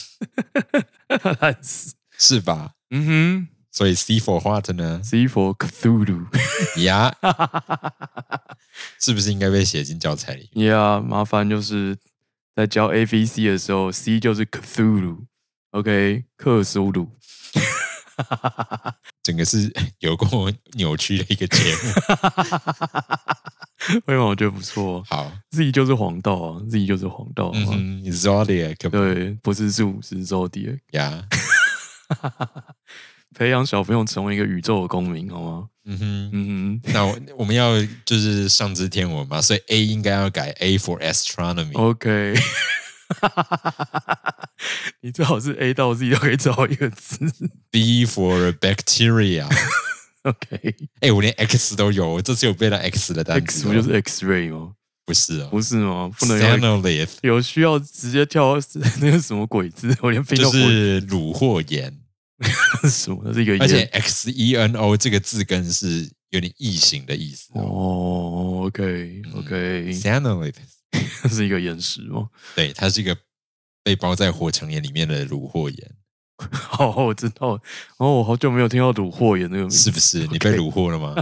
Speaker 2: 烂死。
Speaker 1: 是吧？
Speaker 2: 嗯哼
Speaker 1: 所以 C for what 呢？
Speaker 2: ，C for (laughs) Cthulhu。
Speaker 1: 呀，是不是应该被写进教材里面？
Speaker 2: Yeah，麻烦就是在教 A B C 的时候，C 就是 Cthulhu，OK，、克苏鲁。
Speaker 1: 整个是有过扭曲的一个节
Speaker 2: (laughs)
Speaker 1: 目。
Speaker 2: 为什么我觉得不错啊
Speaker 1: 好，
Speaker 2: ？Z 就是黄道啊，Z 就是黄道、啊。
Speaker 1: 嗯哼，Zodiac，
Speaker 2: 对，不是 Zoo 是 Zodiac。
Speaker 1: 呀，
Speaker 2: 培养小朋友成为一个宇宙的公民，好吗？
Speaker 1: 嗯哼，
Speaker 2: 嗯哼
Speaker 1: 那我我们要就是上知天文嘛，所以 A 应该要改 A for astronomy。
Speaker 2: ，OK。你最好是 A 到 Z 都可以找一个字 (laughs)
Speaker 1: B for bacteria，
Speaker 2: ，OK。
Speaker 1: 哎，我连 X 都有，我这次有背到 X 的单词
Speaker 2: X
Speaker 1: 哦，
Speaker 2: 不就是 X-ray 吗？
Speaker 1: 不是哦
Speaker 2: 不是吗？不能有
Speaker 1: ，Sanolith
Speaker 2: 有需要直接跳到 (laughs) 那个什么鬼字，我连飞
Speaker 1: 就
Speaker 2: 到鬼
Speaker 1: 是虏获盐。
Speaker 2: 是什么，那是一个
Speaker 1: 而且
Speaker 2: 烟
Speaker 1: X E N O 这个字根是有点异形的意思哦。
Speaker 2: 哦，OK
Speaker 1: 嗯
Speaker 2: OK，
Speaker 1: s a n o l i t
Speaker 2: (laughs) 那是一个岩石吗？ (laughs)
Speaker 1: 对，它是一个被包在火成岩里面的虏获岩，
Speaker 2: 好，我知道了。哦，我好久没有听到虏获岩那个名字
Speaker 1: 是不是？你被
Speaker 2: (laughs)
Speaker 1: 虏获了吗？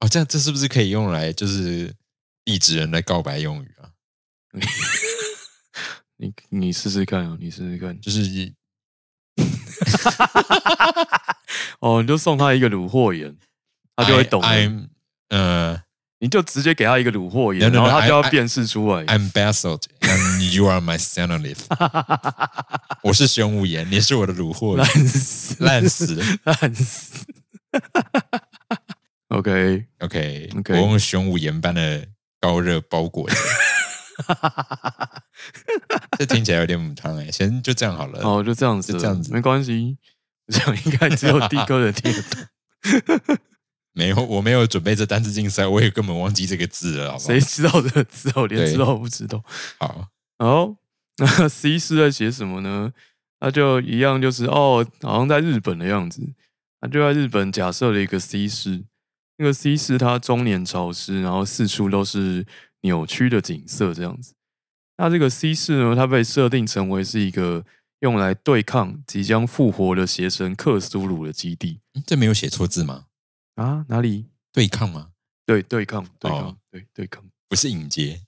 Speaker 1: 哦，这样这是不是可以用来就是地质人的告白用语啊？
Speaker 2: 你你试试看啊，你试试看。 (laughs)
Speaker 1: 就是
Speaker 2: 哦，你就送他一个虏获岩，他就会懂了。
Speaker 1: I- I'm 呃、
Speaker 2: 你就直接给他一个虏获岩，
Speaker 1: No, no,
Speaker 2: 然
Speaker 1: no,
Speaker 2: 后他就要
Speaker 1: I- I-
Speaker 2: 辨识出来。
Speaker 1: I'm basalt and you are my s a n o l
Speaker 2: (laughs)
Speaker 1: i t 我是玄武岩，你是我的虏获
Speaker 2: 烂
Speaker 1: 岩，
Speaker 2: 死，
Speaker 1: 烂死。
Speaker 2: 烂死。OK，
Speaker 1: OK，,
Speaker 2: OK
Speaker 1: 我用玄武岩般的高热包裹
Speaker 2: (laughs)
Speaker 1: 着。这听起来有点母汤哎、先就这样好了。
Speaker 2: 哦，就这样子了，
Speaker 1: 就这样子
Speaker 2: 没关系。我想应该只有地哥的听得懂，
Speaker 1: 没有，我没有准备这单字竞赛，我也根本忘记这个字 (laughs) 了，好啊不好
Speaker 2: 谁？知道这个字啊？我连
Speaker 1: 对
Speaker 2: 知道都不知道。
Speaker 1: 好，
Speaker 2: 好，那 (laughs) C 是在写什么呢？他就一样，就是哦，好像在日本的样子。他就在日本假设了一个 C 市，那个 C 市它终年潮湿，然后四处都是扭曲的景色这样子。那这个 C 市呢，它被设定成为是一个用来对抗即将复活的邪神克苏鲁的基地
Speaker 1: 嗯这没有写错字吗？
Speaker 2: 啊？哪里？
Speaker 1: 对抗吗？
Speaker 2: 对，对抗，对抗，
Speaker 1: 哦
Speaker 2: 对对抗，
Speaker 1: 不是引接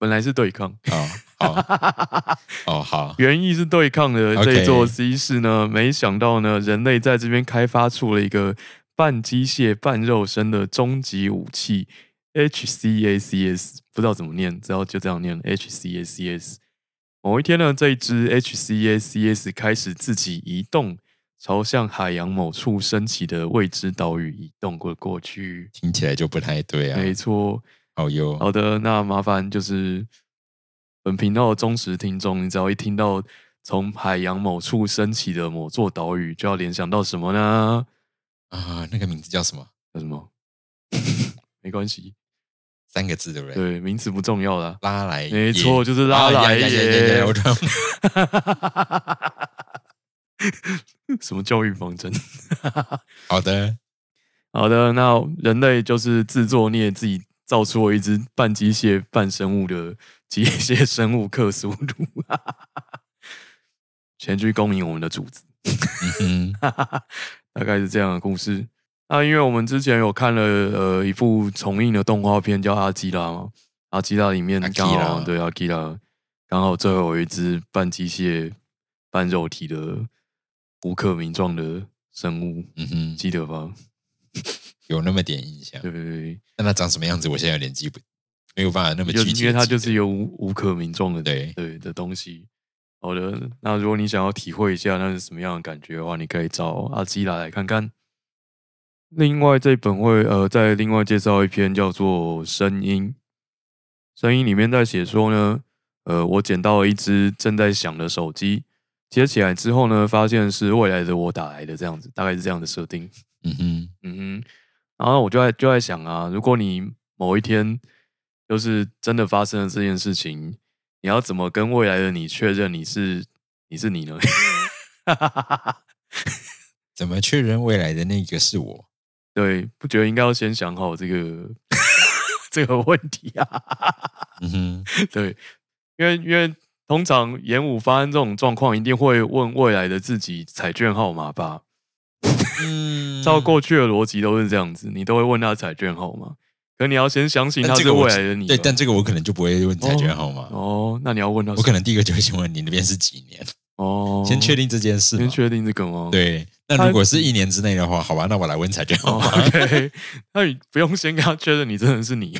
Speaker 2: 本来是对抗， (laughs)
Speaker 1: 哦，好哦，好，
Speaker 2: 原意是对抗的
Speaker 1: OK
Speaker 2: 这一座 C 市呢没想到呢，人类在这边开发出了一个半机械半肉身的终极武器 HCACS，不知道怎么念，只要就这样念 HCACS。某一天呢，这一只 HCACS 开始自己移动，朝向海洋某处升起的未知岛屿移动过过去。
Speaker 1: 听起来就不太对啊。
Speaker 2: 没错，哦
Speaker 1: 好哟，
Speaker 2: 好的，那麻烦就是本频道的忠实听众，你只要一听到从海洋某处升起的某座岛屿，就要联想到什么呢？
Speaker 1: 啊，那个名字叫什么？
Speaker 2: 叫什么？ (laughs) 没关系，
Speaker 1: 三个字对不对？
Speaker 2: 对，名词不重要啦。
Speaker 1: 拉来耶，
Speaker 2: 没错，就是
Speaker 1: 啊 (laughs)
Speaker 2: 拉
Speaker 1: 呀
Speaker 2: 来
Speaker 1: 呀呀呀呀
Speaker 2: 耶
Speaker 1: 我。突然
Speaker 2: (laughs) 什么教育方针？
Speaker 1: 好的，
Speaker 2: 好的，那人类就是自作孽，自己造出了一只半机械半生物的机械生物克苏鲁，前去恭迎我们的主子。
Speaker 1: 嗯
Speaker 2: (laughs)
Speaker 1: 哼，
Speaker 2: 大概是这样的故事。那因为我们之前有看了呃一部重映的动画片叫《阿基拉》嘛，《阿基拉》里面
Speaker 1: 阿基
Speaker 2: 刚好
Speaker 1: 拉
Speaker 2: 对阿基拉刚好最后有一只半机械半肉体的无可名状的生物，
Speaker 1: 嗯哼，
Speaker 2: 记得吧？
Speaker 1: 有那么点印象。
Speaker 2: 对对对，
Speaker 1: 但它长什么样子，我现在有点记不，没有办法那么
Speaker 2: 就
Speaker 1: 具体地记得。
Speaker 2: 因为它就是有无无可名状的
Speaker 1: 对
Speaker 2: 对的东西。好的，那如果你想要体会一下那是什么样的感觉的话，你可以找阿基拉来看看。另外这一本会呃，再另外介绍一篇叫做《声音》，声音里面在写说呢，呃，我捡到了一只正在响的手机，接起来之后呢，发现是未来的我打来的这样子，大概是这样的设定。
Speaker 1: 嗯哼，
Speaker 2: 嗯哼，然后我就在就在想啊，如果你某一天就是真的发生了这件事情，你要怎么跟未来的你确认你是你是你呢？ (laughs)
Speaker 1: 怎么确认未来的那个是我？
Speaker 2: 对，不觉得应该要先想好这个 (laughs) 这个问题啊？ (laughs)
Speaker 1: 嗯哼，
Speaker 2: 对，因为因为通常演武发生这种状况，一定会问未来的自己彩券号码吧？
Speaker 1: 嗯
Speaker 2: 照过去的逻辑都是这样子，你都会问他彩券号码，可你要先相信
Speaker 1: 但
Speaker 2: 他
Speaker 1: 哎这
Speaker 2: 是
Speaker 1: 个我
Speaker 2: 未来的你吧。
Speaker 1: 对，但这个我可能就不会问裁决号码，
Speaker 2: 哦，那你要问他什么，
Speaker 1: 我可能第一个就会先问你那边是几年，
Speaker 2: 哦，
Speaker 1: 先确定这件事嘛。
Speaker 2: 先确定这个吗？
Speaker 1: 对，那如果是一年之内的话，好吧，那我来问裁决号
Speaker 2: (laughs) 哦
Speaker 1: 码。
Speaker 2: ，OK，那你不用先跟他确认你真的是你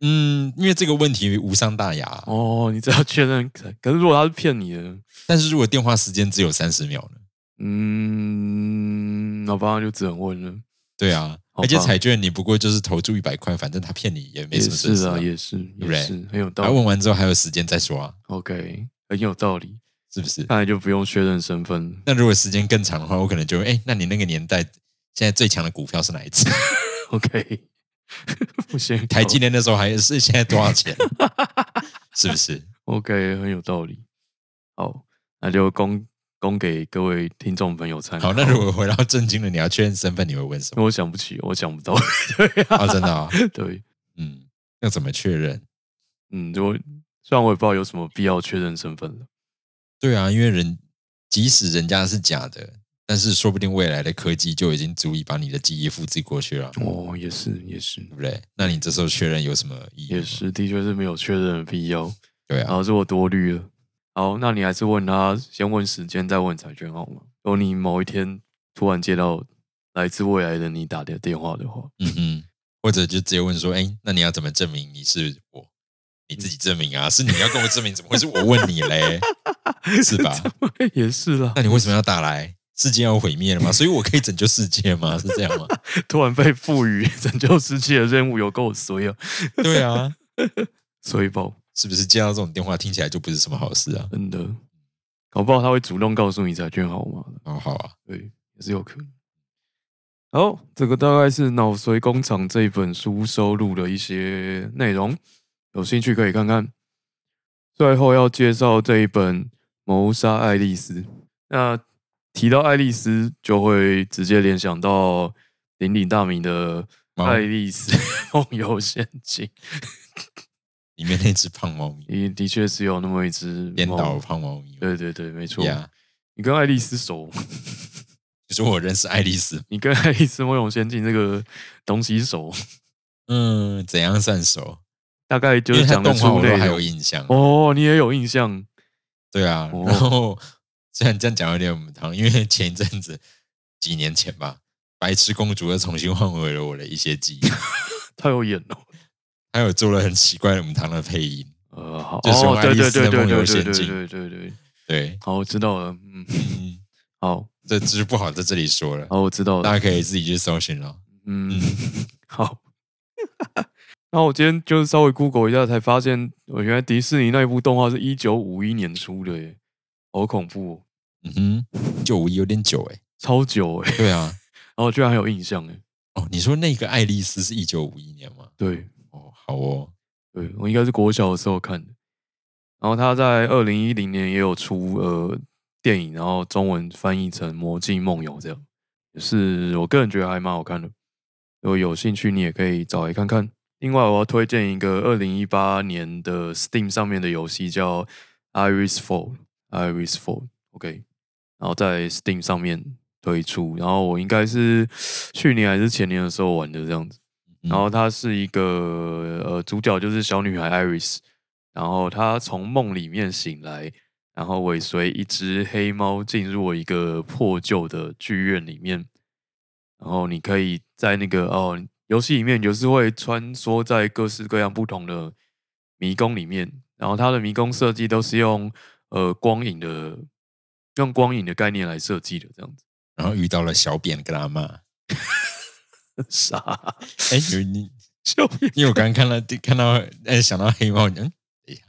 Speaker 1: 嗯，因为这个问题无伤大雅。
Speaker 2: (laughs) 哦，你只要确认。可是如果他是骗你的，
Speaker 1: 但是如果电话时间只有三十秒呢？
Speaker 2: 嗯，那爸就只能问了。
Speaker 1: 对啊，
Speaker 2: 好吧
Speaker 1: 而且彩券你不过就是投注一百块，反正他骗你也没
Speaker 2: 也
Speaker 1: 什么损
Speaker 2: 是
Speaker 1: 失、
Speaker 2: 啊，也是，
Speaker 1: 不
Speaker 2: 也
Speaker 1: 对
Speaker 2: 是很有道
Speaker 1: 然后
Speaker 2: 理
Speaker 1: 问。完之后还有时间再说啊，
Speaker 2: OK，很有道理。
Speaker 1: 是不是？
Speaker 2: 看来就不用确认身份。 (laughs)
Speaker 1: 那如果时间更长的话，我可能就哎，那你那个年代现在最强的股票是哪一只？ (laughs)
Speaker 2: OK，不行，
Speaker 1: 台积电那时候还是现在多少钱？ (laughs) 是不是？
Speaker 2: OK，很有道理。好，那就供供给各位听众朋友参考。
Speaker 1: 好，那如果回到正经了，你要确认身份，你会问什么？
Speaker 2: 我想不起，我想不到。 (laughs)
Speaker 1: 哦，真的啊、
Speaker 2: 对，
Speaker 1: 嗯，要怎么确认？
Speaker 2: 嗯，就虽然我也不知道有什么必要确认身份了。
Speaker 1: 对啊，因为人即使人家是假的，但是说不定未来的科技就已经足以把你的记忆复制过去了，对
Speaker 2: 哦，也是，也是，
Speaker 1: 不对？那你这时候确认有什么意义
Speaker 2: 也
Speaker 1: 吗？
Speaker 2: 是，的确是没有确认的必要。
Speaker 1: 对
Speaker 2: 然
Speaker 1: 啊，
Speaker 2: 后是我多虑了。好，那你还是问他，先问时间，再问彩券好吗？如果你某一天突然接到来自未来的你打的电话的话，
Speaker 1: 嗯哼，或者就直接问说，哎，那你要怎么证明你是我？你自己证明
Speaker 2: 嗯
Speaker 1: 啊，是你要跟我证明，怎么会是我问你
Speaker 2: (laughs)
Speaker 1: 嘞？是吧？
Speaker 2: (laughs) 也是啦
Speaker 1: 那，你为什么要打来？世界要毁灭了吗？所以我可以拯救世界吗？是这样
Speaker 2: (laughs)
Speaker 1: 吗？
Speaker 2: (laughs) 突然被赋予 (laughs) 拯救世界的任务，有够衰啊，
Speaker 1: 对啊，
Speaker 2: 衰爆，
Speaker 1: 是不是接到这种电话听起来就不是什么好事啊？
Speaker 2: 真的。搞不好他会主动告诉你彩券号码的。
Speaker 1: 哦，好啊，
Speaker 2: 对，也是有可能。好，这个大概是《脑髓工厂》这一本书收录的一些内容，有兴趣可以看看。最后要介绍这一本《谋杀爱丽丝》。那提到爱丽丝，就会直接联想到鼎鼎大名的《
Speaker 1: 猫
Speaker 2: 爱丽丝梦游仙境》，
Speaker 1: 里面那只胖猫咪，
Speaker 2: 也的确是有那么一只
Speaker 1: 颠倒
Speaker 2: 猫。
Speaker 1: 胖猫咪嘛，
Speaker 2: 对对对，没错。
Speaker 1: 呀，
Speaker 2: 你跟爱丽丝熟吗？ (laughs)
Speaker 1: 就是我认识爱丽丝，
Speaker 2: 你跟《爱丽丝梦游仙境》这个东西熟，
Speaker 1: 嗯，怎样算熟？
Speaker 2: 大概就
Speaker 1: 因
Speaker 2: 是
Speaker 1: 为它
Speaker 2: 讲得
Speaker 1: 动画
Speaker 2: 出
Speaker 1: 我
Speaker 2: 内
Speaker 1: 都还有
Speaker 2: 容。
Speaker 1: 印象，
Speaker 2: 哦，你也有印象
Speaker 1: 对啊。
Speaker 2: 哦
Speaker 1: 然后虽然这样讲有点母汤，因为前一阵子几年前吧，白痴公主又重新换回了我的一些记忆，
Speaker 2: 他有演哦。
Speaker 1: 还有做了很奇怪的母汤的配音，
Speaker 2: 呃，好，
Speaker 1: 就是
Speaker 2: 哦，
Speaker 1: 爱
Speaker 2: 对
Speaker 1: 丽
Speaker 2: 对
Speaker 1: 丝
Speaker 2: 对
Speaker 1: 的
Speaker 2: 对
Speaker 1: 梦游
Speaker 2: 对
Speaker 1: 仙
Speaker 2: 对
Speaker 1: 境
Speaker 2: 对对对对，
Speaker 1: 对，
Speaker 2: 好，我知道了。嗯，
Speaker 1: 嗯，
Speaker 2: 好，
Speaker 1: 这只是不好在这里说了，
Speaker 2: 好，我知道
Speaker 1: 大
Speaker 2: 了。
Speaker 1: 家可以自己去搜寻了。
Speaker 2: 嗯， (laughs) 好。那我今天就是稍微 Google 一下，才发现，我原来迪士尼那一部动画是一九五一年出的耶，好恐怖、哦，
Speaker 1: 嗯哼，九五有点久哎、
Speaker 2: 超久哎，
Speaker 1: 对啊，
Speaker 2: (laughs) 然后居然还有印象哎。
Speaker 1: 哦，你说那个爱丽丝是一九五一年吗？
Speaker 2: 对，
Speaker 1: 哦，好哦，
Speaker 2: 对我应该是国小的时候看的。然后他在二零一零年也有出呃电影，然后中文翻译成《魔镜梦游》这样，也是我个人觉得还蛮好看的。如果有兴趣，你也可以找来看看。另外，我要推荐一个二零一八年的 Steam 上面的游戏，叫《Iris Fall》，Iris Fall。OK，然后在 Steam 上面推出，然后我应该是去年还是前年的时候玩的这样子。
Speaker 1: 嗯
Speaker 2: 然后它是一个呃，主角就是小女孩 Iris，然后她从梦里面醒来，然后尾随一只黑猫进入了一个破旧的剧院里面，然后你可以在那个哦游戏里面，你就是会穿梭在各式各样不同的迷宫里面，然后它的迷宫设计都是用呃光影的用光影的概念来设计的，这样子 (laughs)
Speaker 1: 然后遇到了小扁跟他骂，
Speaker 2: 傻
Speaker 1: 哎，你你
Speaker 2: 笑屁
Speaker 1: 因为我刚刚看到看到，哎，想到黑猫，嗯，等一下，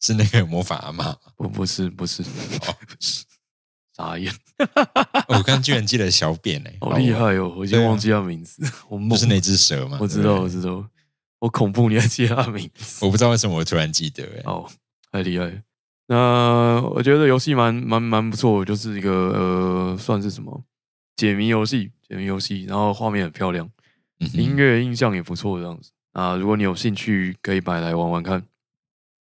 Speaker 1: 是那个魔法阿妈。
Speaker 2: 不不是不是，不是 (laughs) 傻眼，
Speaker 1: 哦我刚刚居然记得小扁哎、
Speaker 2: 好厉害哦！我已经
Speaker 1: 对啊
Speaker 2: 忘记他名字，我
Speaker 1: 就
Speaker 2: 梦
Speaker 1: 是那只蛇嘛。
Speaker 2: 我知
Speaker 1: 对
Speaker 2: 道
Speaker 1: 不
Speaker 2: 我
Speaker 1: 对
Speaker 2: 知道，我恐怖你还记得他名字，
Speaker 1: 我不知道为什么我突然记得哎、
Speaker 2: 哦，太厉害了。那我觉得游戏蛮蛮蛮不错，就是一个呃，算是什么解谜游戏，解谜游戏，然后画面很漂亮，
Speaker 1: 嗯哼
Speaker 2: 音乐印象也不错，这样子啊。如果你有兴趣，可以买来玩玩看。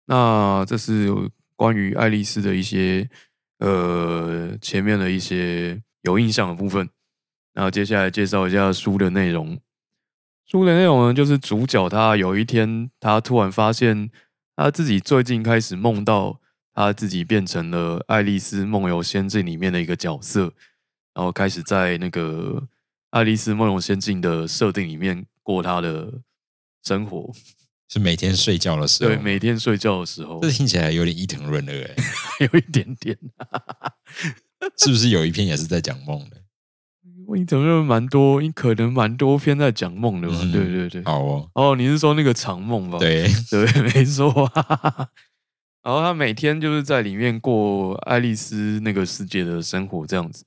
Speaker 2: 那这是关于爱丽丝的一些呃前面的一些有印象的部分。那接下来介绍一下书的内容。书的内容呢，就是主角他有一天他突然发现他自己最近开始梦到他自己变成了《爱丽丝梦游仙境》里面的一个角色，然后开始在那个《爱丽丝梦游仙境》的设定里面过他的生活。
Speaker 1: 是每天睡觉的时候。
Speaker 2: 对，每天睡觉的时候
Speaker 1: 这听起来有点伊藤润二哎、
Speaker 2: 有一点点，
Speaker 1: 是不是有一篇也是在讲梦的？
Speaker 2: 你怎么蛮多，你可能蛮多篇在讲梦的嘛？
Speaker 1: 嗯
Speaker 2: 对对对。
Speaker 1: 好哦，
Speaker 2: 哦，你是说那个长梦吧？
Speaker 1: 对，
Speaker 2: (laughs) 对，没错。然后他每天就是在里面过爱丽丝那个世界的生活这样子。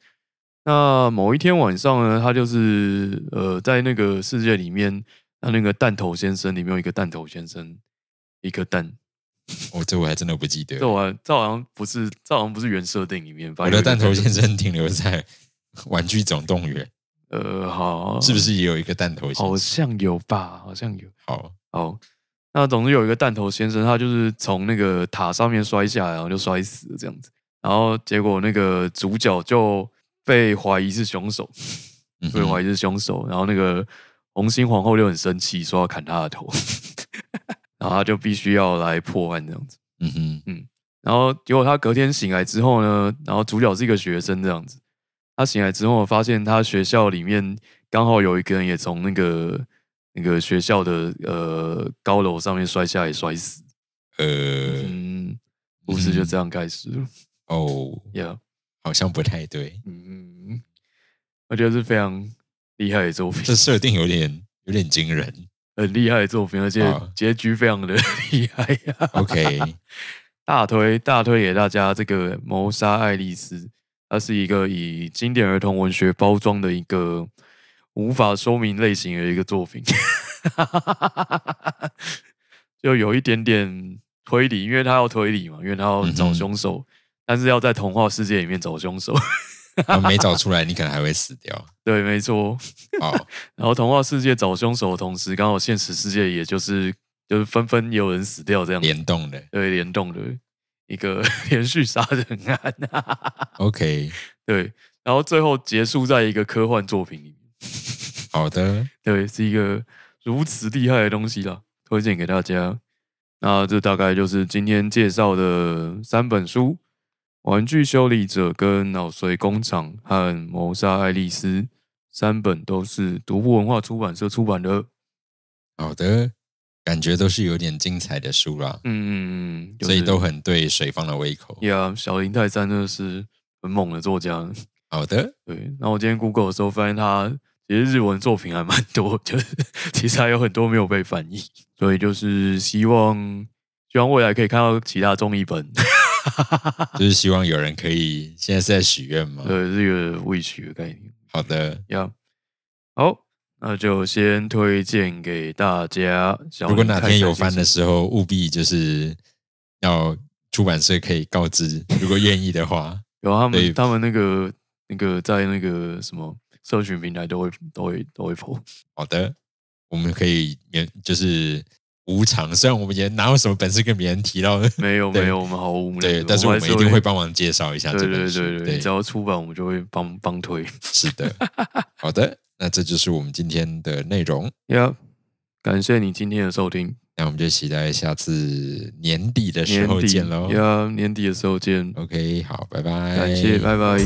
Speaker 2: 那某一天晚上呢，他就是呃，在那个世界里面，那那个弹头先生里面有一个弹头先生，一颗蛋。
Speaker 1: 我、这我还真的不记得
Speaker 2: 这。我这好像不是，这好像不是原设定里面。
Speaker 1: 我
Speaker 2: 反正
Speaker 1: 的
Speaker 2: 有一
Speaker 1: 弹
Speaker 2: 个
Speaker 1: 头先，生停留在《玩具总动员
Speaker 2: 呃，好，》，
Speaker 1: 是不？是也有一个弹头先
Speaker 2: 好
Speaker 1: 生？
Speaker 2: 像有吧，好像有。
Speaker 1: 好，
Speaker 2: 好，那总之有一个弹头先生，他就是从那个塔上面摔下来，然后就摔死了这样子。然后结果那个主角就被怀疑是凶手，
Speaker 1: 嗯
Speaker 2: 被怀
Speaker 1: 哼，
Speaker 2: 疑是凶手。然后那个红心皇后就很生气，说要砍他的头， (laughs) 然后他就必须要来破案这样子。
Speaker 1: 嗯哼，
Speaker 2: 然后结果他隔天醒来之后呢，然后主角是一个学生这样子，他醒来之后发现他学校里面刚好有一个人也从那个那个学校的呃高楼上面摔下来摔死，
Speaker 1: 呃，
Speaker 2: 嗯，故事就这样开始了
Speaker 1: 哦，
Speaker 2: ，Yeah，
Speaker 1: 好像不太对，
Speaker 2: 嗯，我觉得是非常厉害的作品，
Speaker 1: 这设定有点有点惊人。
Speaker 2: 很厉害的作品，而且
Speaker 1: 啊
Speaker 2: 结局非常的 (laughs) 厉害啊呀、 (laughs)
Speaker 1: OK，
Speaker 2: 大推大推给大家这个《谋杀爱丽丝》，它是一个以经典儿童文学包装的一个无法说明类型的一个作品， (laughs) 就有一点点推理，因为他要推理嘛，因为他要
Speaker 1: 嗯
Speaker 2: 找
Speaker 1: 哼
Speaker 2: 凶手，但是要在童话世界里面找凶手。 (laughs)
Speaker 1: 啊没找出来，你可能还会死掉。
Speaker 2: 对，没错。
Speaker 1: 好，
Speaker 2: 然后童话世界找凶手的同时，刚好现实世界也就是就是纷纷也有人死掉这样子，
Speaker 1: 联动的。
Speaker 2: 对联动的一个 (laughs) 连续杀人案。啊
Speaker 1: OK，
Speaker 2: 对，然后最后结束在一个科幻作品里面，
Speaker 1: 好的，
Speaker 2: 对，是一个如此厉害的东西啦，推荐给大家。那这大概就是今天介绍的三本书：《玩具修理者》、跟《脑髓工厂》和《谋杀爱丽丝》，三本都是独步文化出版社出版的。
Speaker 1: 好的，感觉都是有点精彩的书啦，
Speaker 2: 嗯，就
Speaker 1: 所以
Speaker 2: 是
Speaker 1: 都很对水方的胃口。
Speaker 2: 呀小林泰山真的是很猛的作家。
Speaker 1: 好的，
Speaker 2: 对，那我今天 Google 的时候发现他其实日文作品还蛮多，就是 (laughs) 其实还有很多没有被翻译，所以就是希望希望未来可以看到其他中译本，
Speaker 1: 就是希望有人可以现在是在许愿吗？
Speaker 2: (laughs) 对这个未许的概念
Speaker 1: 好的，
Speaker 2: 呀。好，那就先推荐给大家。小
Speaker 1: 如果
Speaker 2: 林
Speaker 1: 哪
Speaker 2: 泰
Speaker 1: 天
Speaker 2: 山
Speaker 1: 有
Speaker 2: 先
Speaker 1: 翻的
Speaker 2: 生
Speaker 1: 时候，务必就是要出版社可以告知，如果愿意的话，
Speaker 2: 有啊他
Speaker 1: 对
Speaker 2: 们他们那个那个在那个什么社群平台都会都会都会 po， (laughs)
Speaker 1: 好的，我们可以免就是无偿，虽然我们也哪有什么本事跟别人提到，
Speaker 2: 没有
Speaker 1: 对
Speaker 2: 没有，我们毫无那
Speaker 1: 对，
Speaker 2: 个
Speaker 1: 但是我
Speaker 2: 还
Speaker 1: 们一定会
Speaker 2: 会
Speaker 1: 帮忙介绍一下
Speaker 2: 对
Speaker 1: 这
Speaker 2: 对
Speaker 1: 本书。
Speaker 2: 对对，只要出版我们就会帮帮推。
Speaker 1: 是
Speaker 2: (laughs)
Speaker 1: 的。好的，那这就是我们今天的内容。
Speaker 2: 呀，感谢你今天的收听，
Speaker 1: 那我们就期待下次年底的时
Speaker 2: 年
Speaker 1: 候
Speaker 2: 底
Speaker 1: 见喽。
Speaker 2: 呀年底的时候见，
Speaker 1: OK，好，拜拜，
Speaker 2: 感谢，拜拜。